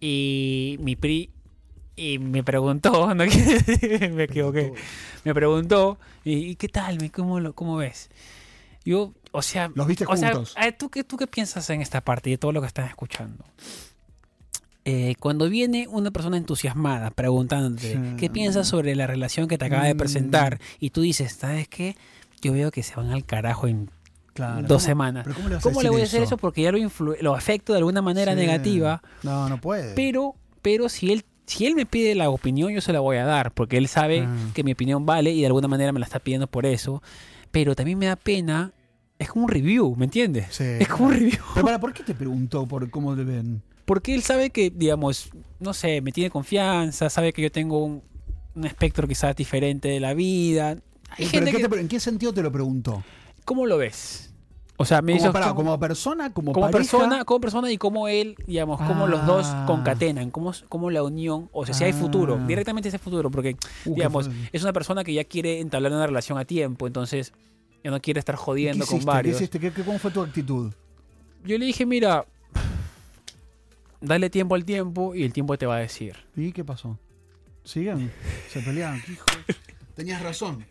Y mi PRI y me preguntó, no que- me equivoqué, me preguntó, ¿y, y qué tal? mi? ¿Cómo, lo, ¿Cómo ves? Yo, o sea, Los viste o sea, juntos. a ver, ¿tú, qué, ¿tú qué piensas en esta parte y de todo lo que estás escuchando? Eh, cuando viene una persona entusiasmada preguntándote Sí. qué piensas sobre la relación que te acaba de Mm. presentar y tú dices, ¿sabes qué? Yo veo que se van al carajo en Claro. dos ¿Cómo- semanas. pero ¿Cómo le, vas ¿Cómo a le decir voy a hacer eso? Porque ya lo, influ- lo afecto de alguna manera Sí. negativa, No, no puede. pero, pero si, él, si él me pide la opinión, yo se la voy a dar, porque él sabe Mm. que mi opinión vale y de alguna manera me la está pidiendo por eso. Pero también me da pena, es como un review, ¿me entiendes? Sí. Es como un review. Pero para, ¿por qué te preguntó por cómo le ven? Porque él sabe que, digamos, no sé, me tiene confianza, sabe que yo tengo un, un espectro quizás diferente de la vida. Hay Eh, pero gente ¿en, qué que, te pre- en qué sentido te lo preguntó? ¿Cómo lo ves? O sea, me Como, hizo... pará, ¿cómo- como persona, como, como pareja? persona, como persona y como él, digamos, como los dos Ah. concatenan, como, como la unión, o sea, si hay futuro, Ah. directamente si hay futuro, porque Uh, qué digamos, fuerte. es una persona que ya quiere entablar una relación a tiempo, entonces ya no quiere estar ¿Y qué jodiendo con hiciste? ¿Qué varios. hiciste? ¿Qué- qué- ¿Cómo fue tu actitud? Yo le dije, mira, dale tiempo al tiempo y el tiempo te va a decir. ¿Y qué pasó? ¿Siguen? Se peleaban. ¿Qué hijo? Tenías razón.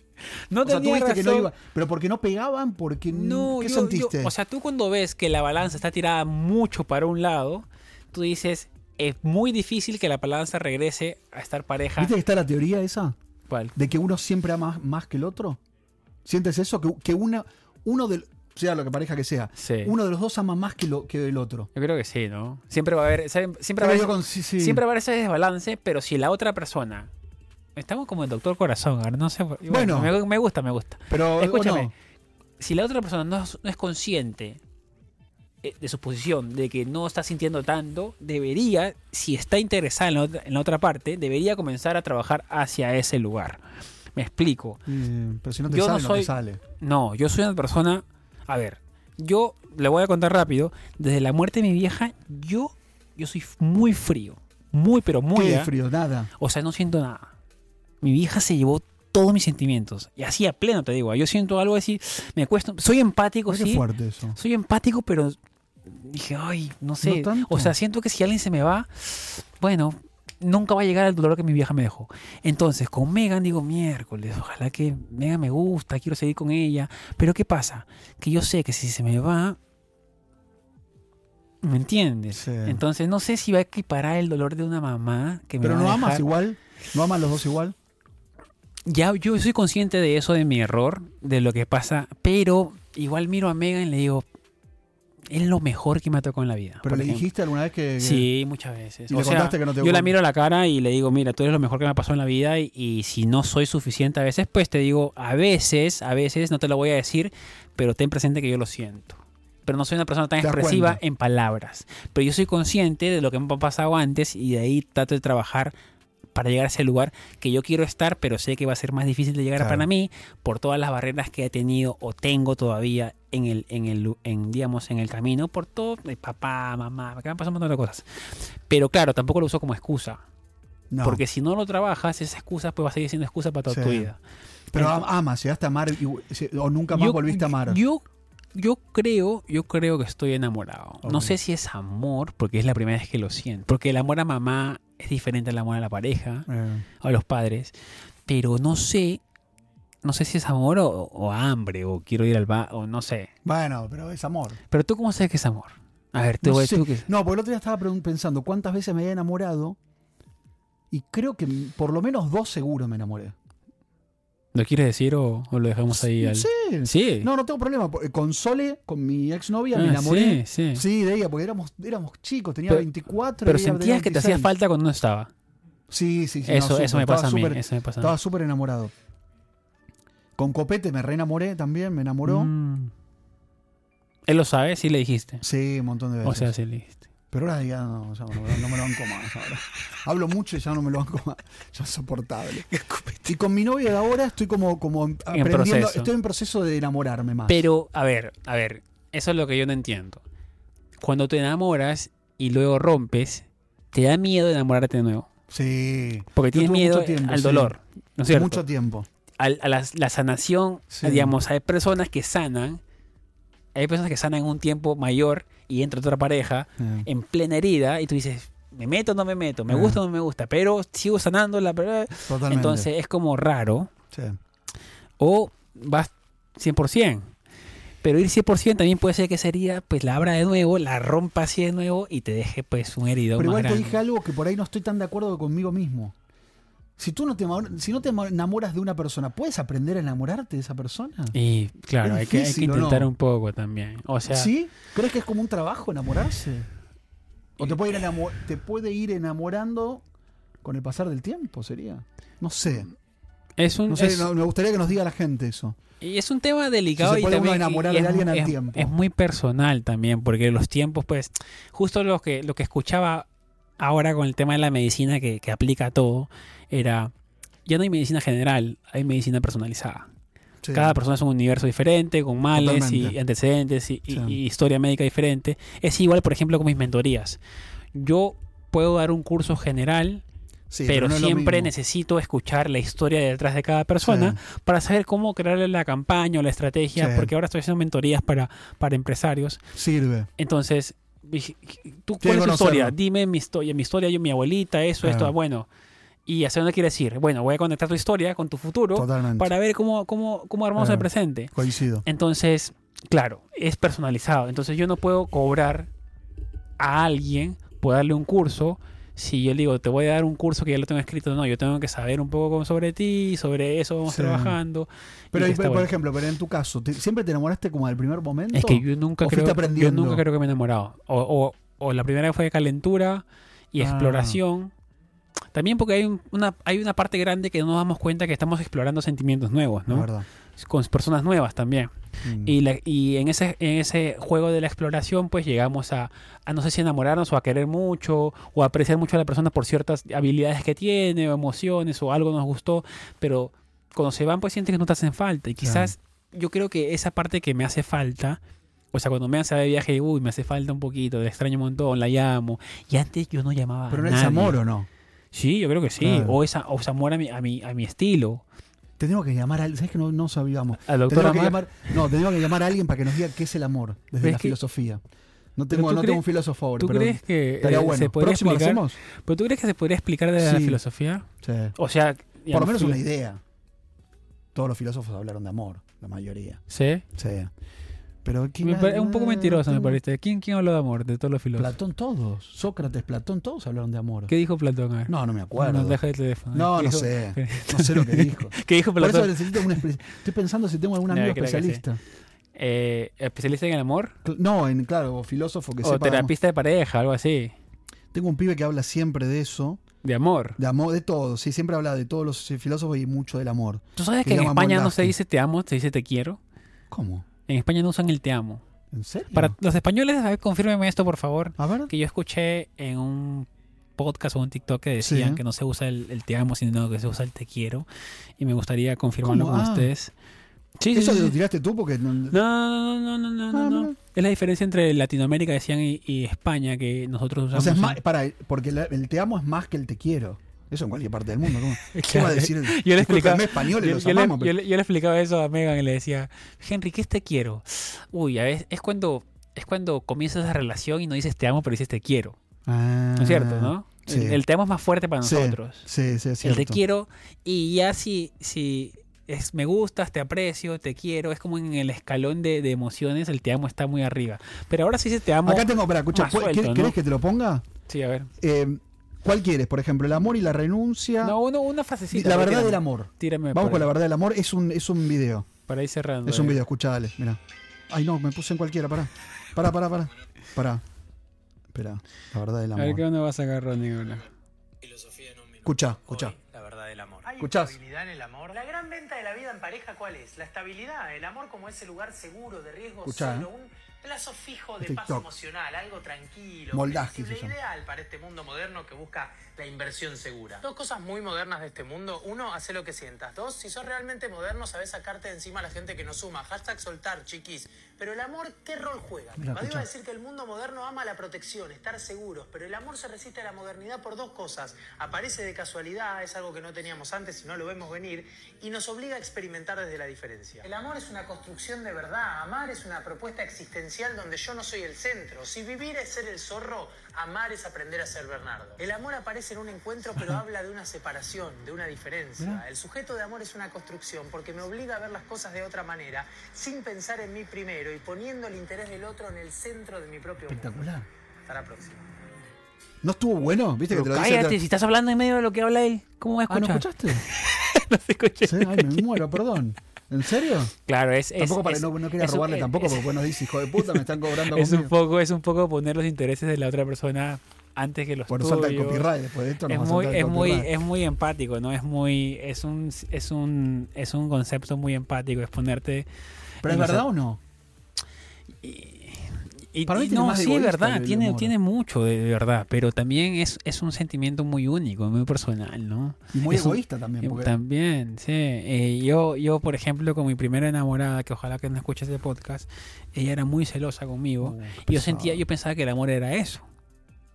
No o sea, tú tenía viste que no razón. iba. Pero porque no pegaban, porque. No, ¿Qué yo- yo- sentiste? o sea, tú cuando ves que la balanza está tirada mucho para un lado, tú dices, es muy difícil que la balanza regrese a estar pareja. ¿Viste que está la teoría esa? ¿Cuál? ¿De que uno siempre ama más, más que el otro? ¿Sientes eso? Que, que una, uno del. Sea lo que pareja que sea. Sí. Uno de los dos ama más que, lo, que el otro. Yo creo que sí, ¿no? Siempre va a haber, saben- siempre, va a Pero haber yo con- sí, sí. siempre va a haber ese desbalance, pero si la otra persona. Estamos como el doctor corazón, ahora no sé. y Bueno, Bueno. me, me gusta, me gusta. Pero, ¿o Escúchame, no? si la otra persona no es, no es consciente eh, de su posición, de que no está sintiendo tanto, debería, si está interesada en la otra, en la otra parte, debería comenzar a trabajar hacia ese lugar. Me explico. Eh, Pero si no te Yo no sale, no, soy- te sale. No, yo soy una persona. A ver, yo le voy a contar rápido. Desde la muerte de mi vieja, yo, yo soy muy frío. Muy, pero muy. Qué ¿ah? frío, nada. O sea, no siento nada. Mi vieja se llevó todos mis sentimientos. Y así a pleno, te digo. Yo siento algo así. Me cuesta. Soy empático, Qué sí. fuerte eso. Soy empático, pero dije, ay, no sé. No tanto. o sea, siento que si alguien se me va, bueno, nunca va a llegar al dolor que mi vieja me dejó. Entonces, con Megan digo, miércoles, ojalá que Megan me gusta, quiero seguir con ella. Pero ¿qué pasa? Que yo sé que si se me va, ¿me entiendes? Sí. Entonces, no sé si va a equiparar el dolor de una mamá que me Pero va a no amas dejar. Ah, igual. No amas los dos igual. Ya yo soy consciente de eso, de mi error, de lo que pasa, pero igual miro a Megan y le digo, es lo mejor que me ha tocado en la vida. Pero por le ejemplo. dijiste alguna vez que. que- Sí, muchas veces. Y O le sea, contaste que no yo te la gust- miro a la cara y le digo, mira, tú eres lo mejor que me ha pasado en la vida y, y si no soy suficiente a veces, pues te digo, a veces, a veces, no te lo voy a decir, pero ten presente que yo lo siento. Pero no soy una persona tan Te das expresiva cuenta. en palabras. Pero yo soy consciente de lo que me ha pasado antes y de ahí trato de trabajar para llegar a ese lugar que yo quiero estar, pero sé que va a ser más difícil de llegar Claro. para mí por todas las barreras que he tenido o tengo todavía en el, en el, lu- en, digamos, en el camino, por todo, de papá, mamá, que me han pasado un montón de cosas. Pero claro, tampoco lo uso como excusa, No. porque si no lo trabajas, esa excusa pues va a seguir siendo excusa para toda Sí. tu vida. Pero am- amas, llegaste a amar y- o nunca más volviste a amar. Yo, yo creo, yo creo que estoy enamorado. No Ok. sé si es amor, porque es la primera vez que lo siento. Porque el amor a mamá es diferente al amor a la pareja, Eh, a los padres. Pero no sé, no sé si es amor o, o hambre, o quiero ir al bar, o no sé. bueno, pero es amor. Pero tú cómo sabes que es amor? A ver, tú, No, tú sé. que- no, porque el otro día estaba pregun- pensando cuántas veces me había enamorado y creo que m- por lo menos dos seguro me enamoré. ¿Lo quieres decir o, o lo dejamos ahí al... Sí. Sí. No, no tengo problema. por- Con Sole, con mi exnovia, Ah, me enamoré. Sí, sí. Sí. de ella, porque éramos, éramos chicos, tenía Pero- 24. Pero ella tenía sentías que te hacía 26. falta cuando no estaba. Sí, sí, sí. no, eso, súper, eso me estaba pasa a mí. súper- Eso me pasa a mí. Estaba súper enamorado. Con Copete me reenamoré también, me enamoró. Mm. Él lo sabe, sí le dijiste. Sí, un montón de veces. O sea, sí le dijiste. Pero ahora ya no, ya no, me lo- no me lo banco más. ahora. Hablo mucho y ya no me lo banco más. Ya es soportable. Y con mi novia de ahora estoy como, como aprendiendo. proceso. estoy en proceso de enamorarme más. Pero, a ver, a ver, eso es lo que yo no entiendo. Cuando te enamoras y luego rompes, te da miedo enamorarte de nuevo. sí. Porque Yo tienes tuve mucho miedo tiempo, al sí. dolor. ¿No es cierto? mucho tiempo. al- a las- la, sanación, Sí. digamos, hay personas que sanan, hay personas que sanan en un tiempo mayor y entra otra pareja Eh, en plena herida y tú dices, ¿me meto o no me meto? ¿Me Ah. gusta o no me gusta? Pero sigo sanando la verdad. Totalmente. Entonces es como raro. Sí. O vas 100%. Pero ir 100% también puede ser que esa herida pues la abra de nuevo, la rompa así de nuevo y te deje pues un herido Pero más igual te grande. dije algo que por ahí no estoy tan de acuerdo conmigo mismo. Si tú no te, enamor- si no te enamoras de una persona, ¿puedes aprender a enamorarte de esa persona? Y claro, Es hay que, hay que difícil, ¿o no? intentar un poco también. O sea, ¿Sí? ¿Crees que es como un trabajo enamorarse? ¿O te puede, ir enamo- te puede ir enamorando con el pasar del tiempo? Sería. No sé. es un... No sé, Mm, es- no- me gustaría que nos diga la gente eso. Y es un tema Si delicado se y puede uno también enamorar y- y de es, alguien al es- tiempo. es muy personal también, porque los tiempos, pues, justo lo que, lo que escuchaba ahora con el tema de la medicina que, que aplica a todo, era, ya no hay medicina general, hay medicina personalizada. Sí. Cada persona es un universo diferente, con males Totalmente. y antecedentes y, y- Sí. y historia médica diferente. Es igual, por ejemplo, con mis mentorías. Yo puedo dar un curso general, Sí, pero, no es lo siempre mismo. necesito escuchar la historia detrás de cada persona para saber cómo crearle la campaña o la estrategia, Sí. porque ahora estoy haciendo mentorías para, para empresarios. Sí, sirve. Entonces, dije, ¿tú que cuál es tu conocerlo. historia? Dime mi historia, mi historia, yo, mi abuelita, eso, Claro. esto, ah, bueno. ¿Y hacia dónde quieres ir? Bueno, voy a conectar tu historia con tu futuro Totalmente. para ver cómo, cómo, cómo armamos Claro. el presente. Coincido. Entonces, claro, es personalizado. Entonces yo no puedo cobrar a alguien por darle un curso. Si yo le digo, te voy a dar un curso que ya lo tengo escrito, no, yo tengo que saber un poco cómo- sobre ti, sobre eso vamos Sí. trabajando. y Pero, que y, está por por bueno. ejemplo, pero en tu caso, ¿te- ¿siempre te enamoraste como al primer momento? es que yo nunca, ¿O creo, fuiste yo aprendiendo? nunca creo que me he enamorado. O, o- o la primera fue de calentura y Ah. exploración. También porque hay, un- una, hay una parte grande que no nos damos cuenta que estamos explorando sentimientos nuevos, La ¿no? verdad. Con personas nuevas también. Mm. Y, la- y en, ese, en ese juego de la exploración, pues llegamos a, a no sé si enamorarnos o a querer mucho o a apreciar mucho a la persona por ciertas habilidades que tiene o emociones o algo nos gustó, pero cuando se van, pues sientes que no te hacen falta. Y quizás yo creo que esa parte que me hace falta, o sea, cuando me hace de viaje, uy, me hace falta un poquito, la extraño un montón, la llamo. Y antes yo no llamaba. Pero a no es nadie. amor o no. Sí, yo creo que sí. Claro. O, esa, o es amor a mi, a, mi, a mi estilo. Te tengo que llamar a alguien. ¿Sabes que no, no sabíamos? Al Te tengo doctor que Amar. llamar, no, tengo que llamar a alguien para que nos diga qué es el amor Pero desde la es que- filosofía. Pero No tengo, tú no crees- tengo un filósofo ahora, ¿Tú pero crees que estaría eh, bueno. se podría ¿Próximo lo explicar? hacemos? ¿Pero tú crees que se podría explicar de la Sí. filosofía? Sí. O sea, Por lo digamos, menos filo- una idea. Todos los filósofos hablaron de amor, la mayoría. Sí. Sí. Pero aquí Me na- pare- es un poco na- mentiroso, me tengo- parece. ¿Quién, ¿Quién habló de amor de todos los filósofos? Platón todos, Sócrates, Platón todos hablaron de amor. ¿Qué dijo Platón? A ver. No, no me acuerdo. No, deja el teléfono. No, ¿Qué no dijo- sé. No sé lo que dijo. ¿Qué dijo Por eso Platón? necesito un espe- Estoy pensando si tengo algún No, amigo creo que sí. especialista. Eh, ¿Especialista en el amor? Cl- No, en claro, o filósofo que ¿O sepa. de amor. terapista de pareja? Algo así. Tengo un pibe que habla siempre de eso. De amor. De amor, de todo, sí, siempre habla de todos los eh, filósofos y mucho del amor. ¿Tú sabes Que que en llama España amor no se lasting. dice te amo, se dice te quiero? ¿Cómo? En España no usan el te amo. ¿En serio? Para los españoles, a ver, confírmeme esto, por favor. A ver, Que yo escuché en un podcast o un TikTok que Sí. decían que no se usa el, el te amo, sino que se usa el te quiero. Y me gustaría confirmarlo ¿Cómo? con Ah. ustedes. Sí, sí, eso sí, lo sí. tiraste tú porque... No, Eh, No, no, no, no, no, no, Ah, no. mira. Es la diferencia entre Latinoamérica, decían, y, y España, que nosotros o usamos. sea, es un- más, para, porque la- el te amo es más que el te quiero. Eso en cualquier parte del mundo. ¿Cómo, ¿Cómo va a decir? Yo le explicaba. "Discúlpenme, españoles Yo, los yo le, amamos. pues. yo le- yo le explicaba eso a Megan y le decía, Henry, ¿qué es te quiero? Uy, a veces es cuando, es cuando comienzas la relación y no dices te amo, pero dices te quiero. ¿No es cierto, no? sí. El, el te amo es más fuerte para Ah, Sí, nosotros. Sí, sí, es el cierto. te quiero y ya si, si es me gustas, te aprecio, te quiero, es como en el escalón de, de emociones, el te amo está muy arriba. Pero ahora sí se te amo. Acá tengo, para escuchar, más suelto, ¿no? ¿querés que te lo ponga? Sí, a ver. Eh, ¿Cuál quieres? Por ejemplo, el amor y la renuncia. No, uno- una Di- frasecita. la a ver, verdad tírame. del amor. Tírame Vamos por con la ahí, verdad del amor. Es un, es un video. Para ir cerrando. Es un eh. video. Escuchá, dale. Mira. Ay, no, me puse en cualquiera. Pará. Pará, pará, pará. Pará. Espera. La verdad del A ver qué amor. onda va a sacar Ronnie ahora. Filosofía en un minuto. Escuchá, escuchá. Hoy, La verdad del amor. ¿Hay ¿Escuchás? estabilidad en el amor? La gran venta de la vida en pareja, ¿cuál es? La estabilidad, el amor como ese lugar seguro, de riesgo Escuchá, cero, ¿eh? un plazo fijo de TikTok. paz emocional, algo tranquilo, Moldavski flexible, se llama. ideal para este mundo moderno que busca la inversión segura. Dos cosas muy modernas de este mundo. Uno, hace lo que sientas. Dos, si sos realmente moderno, sabes sacarte de encima a la gente que no suma. Hashtag soltar, chiquis. Pero el amor, ¿qué rol juega? Mira, Madrid escuchá. va a decir que el mundo moderno ama la protección, estar seguros, pero el amor se resiste a la modernidad por dos cosas. Aparece de casualidad, es algo que no teníamos antes. antes y no lo vemos venir, y nos obliga a experimentar desde la diferencia. El amor es una construcción de verdad, amar es una propuesta existencial donde yo no soy el centro. Si vivir es ser el zorro, amar es aprender a ser Bernardo. El amor aparece en un encuentro, pero habla de una separación, de una diferencia. El sujeto de amor es una construcción porque me obliga a ver las cosas de otra manera, sin pensar en mí primero y poniendo el interés del otro en el centro de mi propio mundo. Espectacular. Hasta la próxima. ¿No estuvo bueno? ¿Viste que te lo dice? cállate, si estás hablando en medio de lo que habla él, ¿cómo vas a Ah, ¿no escuchar? escuchaste? No se escucha. Sí, ay, me muero, perdón. ¿En serio? Claro, es. es- tampoco para, es- no, no quería es un- robarle es- tampoco, es- porque bueno, dice, hijo de puta, me están cobrando Es un conmigo. poco, es un poco poner los intereses de la otra persona antes que los Bueno, salta el tuyos. copyright después de esto. nos Es va a muy, saltar el es muy, copyright. es muy empático, ¿no? Es muy, es un, es un, es un concepto muy empático, es ponerte. ¿Pero es en los- verdad o no? Y, Para mí y tiene no, más de sí, es egoísta verdad, que de tiene, humor. tiene mucho de, de verdad, pero también es, es un sentimiento muy único, muy personal, ¿no? Y muy Es un- egoísta también. Porque, También, sí. Eh, yo, yo, por ejemplo, con mi primera enamorada, que ojalá que no escuche este podcast, ella era muy celosa conmigo. Uh, y yo pesado. sentía, yo pensaba que el amor era eso.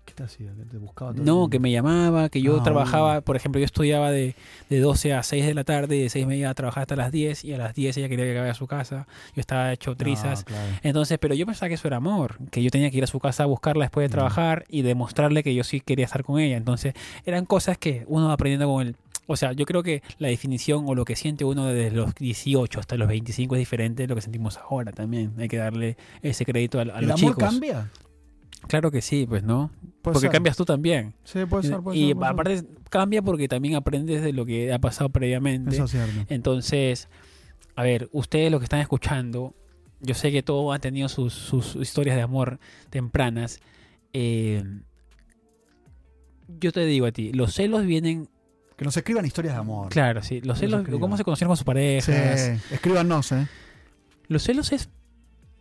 ¿Qué te hacía? ¿Que te buscaba todo el No, tiempo? que me llamaba, que yo Ah, trabajaba, por ejemplo, yo estudiaba de, de 12 a 6 de la tarde y de 6 me iba a trabajar hasta las 10 y a las 10 ella quería que vaya a su casa. Yo estaba hecho No, trizas. Ah, claro. Entonces, pero yo pensaba que eso era amor, que yo tenía que ir a su casa a buscarla después Mm. de trabajar y demostrarle que yo sí quería estar con ella. Entonces, eran cosas que uno va aprendiendo con el... O sea, yo creo que la definición o lo que siente uno desde los 18 hasta los 25 es diferente de lo que sentimos ahora también. Hay que darle ese crédito a, a los ¿El amor chicos. cambia? Claro que sí, pues, ¿no? Porque ser. cambias tú también. Sí, puede ser. Puede y ser, puede ser. aparte cambia porque también aprendes de lo que ha pasado previamente. Eso es cierto. Entonces, a ver, ustedes los que están escuchando, yo sé que todos han tenido sus, sus historias de amor tempranas. Eh, yo te digo a ti, los celos vienen. Que nos escriban historias de amor. Claro, sí. Los Yo celos, suscribo. cómo se conocieron con sus Sí, parejas. escríbanos, ¿eh? ¿Los celos es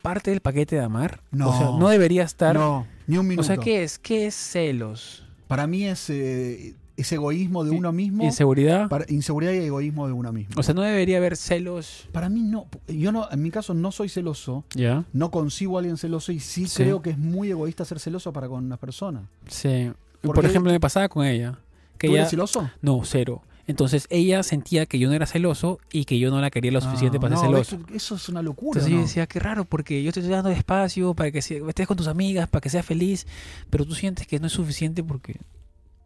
parte del paquete de amar? No. O sea, no debería estar. No, ni un o minuto. sea, ¿qué es? ¿Qué es celos? Para mí es, eh, es egoísmo de Sí, uno mismo. ¿Inseguridad? para- inseguridad y egoísmo de uno mismo. O sea, no debería haber celos. para mí no. Yo no, en mi caso no soy celoso. Ya. No consigo a alguien celoso y sí, Sí. creo que es muy egoísta ser celoso para con una persona. Sí. ¿Por Por qué? ejemplo, me pasaba con ella. Que ¿Tú ella, eres celoso? No, cero. Entonces ella sentía que yo no era celoso y que yo no la quería lo suficiente Ah, para ser no, celoso. Eso, eso es una locura. Entonces yo ¿no? decía, qué raro, porque yo te estoy dando espacio para que se- estés con tus amigas, para que seas feliz, pero tú sientes que no es suficiente porque... Porque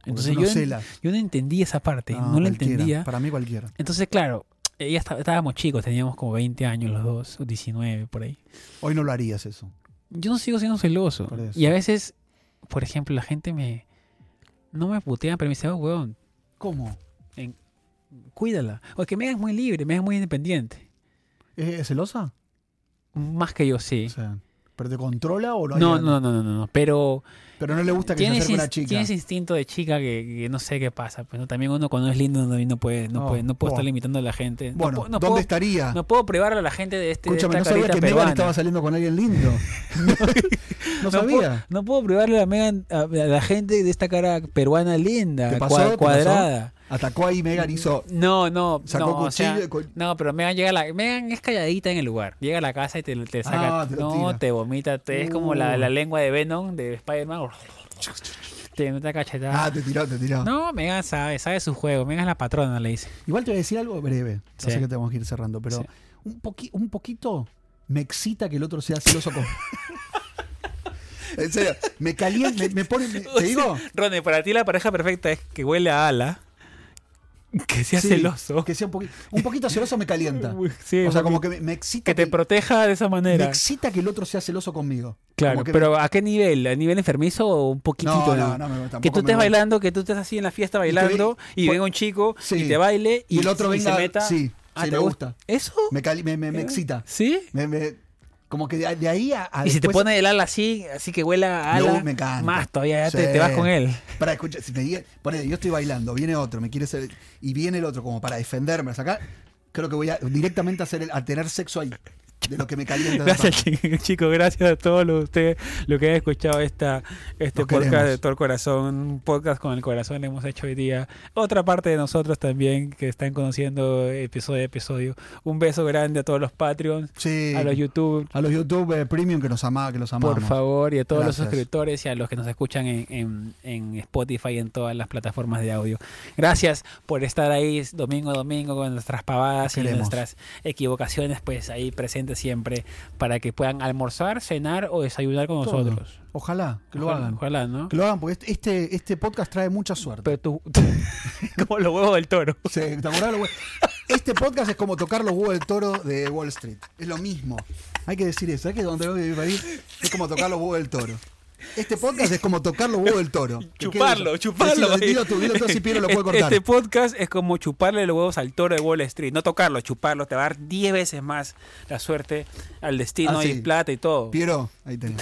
Entonces tú no yo, en- celas. Ah, yo no entendí esa parte, no, la cualquiera, entendía. Para mí cualquiera. Entonces, claro, ella esta- estábamos chicos, teníamos como 20 años los dos, o 19 por ahí. Hoy no lo harías eso. Yo no sigo siendo celoso. Por eso. Y a veces, por ejemplo, la gente me... No me putea, pero me dice, oh, weón, ¿Cómo? cuídala. O que Megan es muy libre, Megan es muy independiente. ¿Es, es celosa? Más que yo, sí. O sea, ¿Pero te controla o no? hay No, algo? no, no, no, no, no, Pero Pero no le gusta que se tienes, acerque una ins- chica. tienes instinto de chica que, que no sé qué pasa. Pues, ¿no? También uno cuando es lindo no, no puede, no Oh, puede, no puedo oh. estar limitando a la gente. No Bueno, puedo- no, ¿dónde puedo, estaría? no puedo privar a la gente de este de Escúchame, no esta sabía carita que Megan peruana. estaba saliendo con alguien lindo. no No puedo- sabía. No puedo privarle a, Megan- a- a la gente de esta cara peruana linda, ¿Te pasó? pues, ah, cua- ¿Te pasó? cuadrada. Atacó ahí Megan, hizo. No, no, Sacó no, o sea, cuchillo y cu- no, pero Megan llega a la, Megan es calladita en el lugar, llega a la casa y te, te saca, Ah, te lo no, tira. te vomita, te- es como la, Uh. la lengua de Venom de Spider-Man, te mete una cachetada. Ah, te tiró, te tiró. No, Megan sabe, sabe su juego, Megan es la patrona, le dice. Igual te voy a decir algo breve. No Sí. sé que tenemos que ir cerrando, pero Sí. un, poqui- un poquito me excita que el otro sea celoso con. en serio, me calienta, me, me pone. me- ¿Te digo? Ronnie, para ti la pareja perfecta es que huele a ala, que sea Sí, celoso, Que sea un, poqui- un poquito celoso me calienta. Uy, sí, o sea, porque- como que me, me excita. que te que- proteja de esa me manera. excita que el otro sea celoso conmigo. Claro, Como que- pero ¿a qué nivel? ¿A nivel enfermizo o un poquitito? No, nada no, más? no, me- que tampoco tú me estés voy. bailando, que tú estés así en la fiesta que- bailando y, Pu- venga un chico pues, Sí. y te baile y, Y el otro y venga- se meta. Ah, sí, sí, me gu- gusta. ¿Eso? Me, cali- me, Eh, me- me excita. ¿Sí? Me- me- como que de, de ahí a, a y si te después- pone el ala así, así que huela a Yo, ala, me encanta. más todavía ya Sí. te, te vas con él. Para escuchar, si me diga- ponele, yo estoy bailando, viene otro, me quiere hacer. Y viene el otro como para defenderme, sacar. Creo que voy a, directamente a, hacer el- a tener sexo ahí. de lo que me calienta. la Gracias, chi- chicos. Gracias a todos los, ustedes los que han escuchado esta, este Los podcast queremos. de Todo el Corazón. Un podcast con el corazón hemos hecho hoy día. Otra parte de nosotros también que están conociendo episodio a episodio. Un beso grande a todos los Patreons, Sí. a los YouTube. A los YouTube eh, Premium que nos ama, que los amamos. Por favor, y a todos Gracias. los suscriptores y a los que nos escuchan en, en- en Spotify y en todas las plataformas de audio. Gracias por estar ahí domingo a domingo con nuestras pavadas y Queremos. nuestras equivocaciones, pues ahí presentes siempre para que puedan almorzar, cenar o desayunar con Todo. nosotros. Ojalá que lo Ojalá- hagan. Ojalá, ¿no? Que lo hagan, porque este- este, este podcast trae mucha suerte. Pero tú, como los huevos del toro. Sí, ¿te acordás los hue- Este podcast es como tocar los huevos del toro de Wall Street. Es lo mismo. Hay que decir eso. ¿Sabes que donde vive París es como tocar los huevos del toro? Este podcast es como tocar los huevos del toro. Que quede Chuparlo, eso. chuparlo. Decilo, dilo tú, dilo tú, así Piero lo puede cortar. Este podcast es como chuparle los huevos al toro de Wall Street. No tocarlo, chuparlo. Te va a dar 10 veces más la suerte al destino Ah, sí. y plata y todo. Piero, ahí tenés.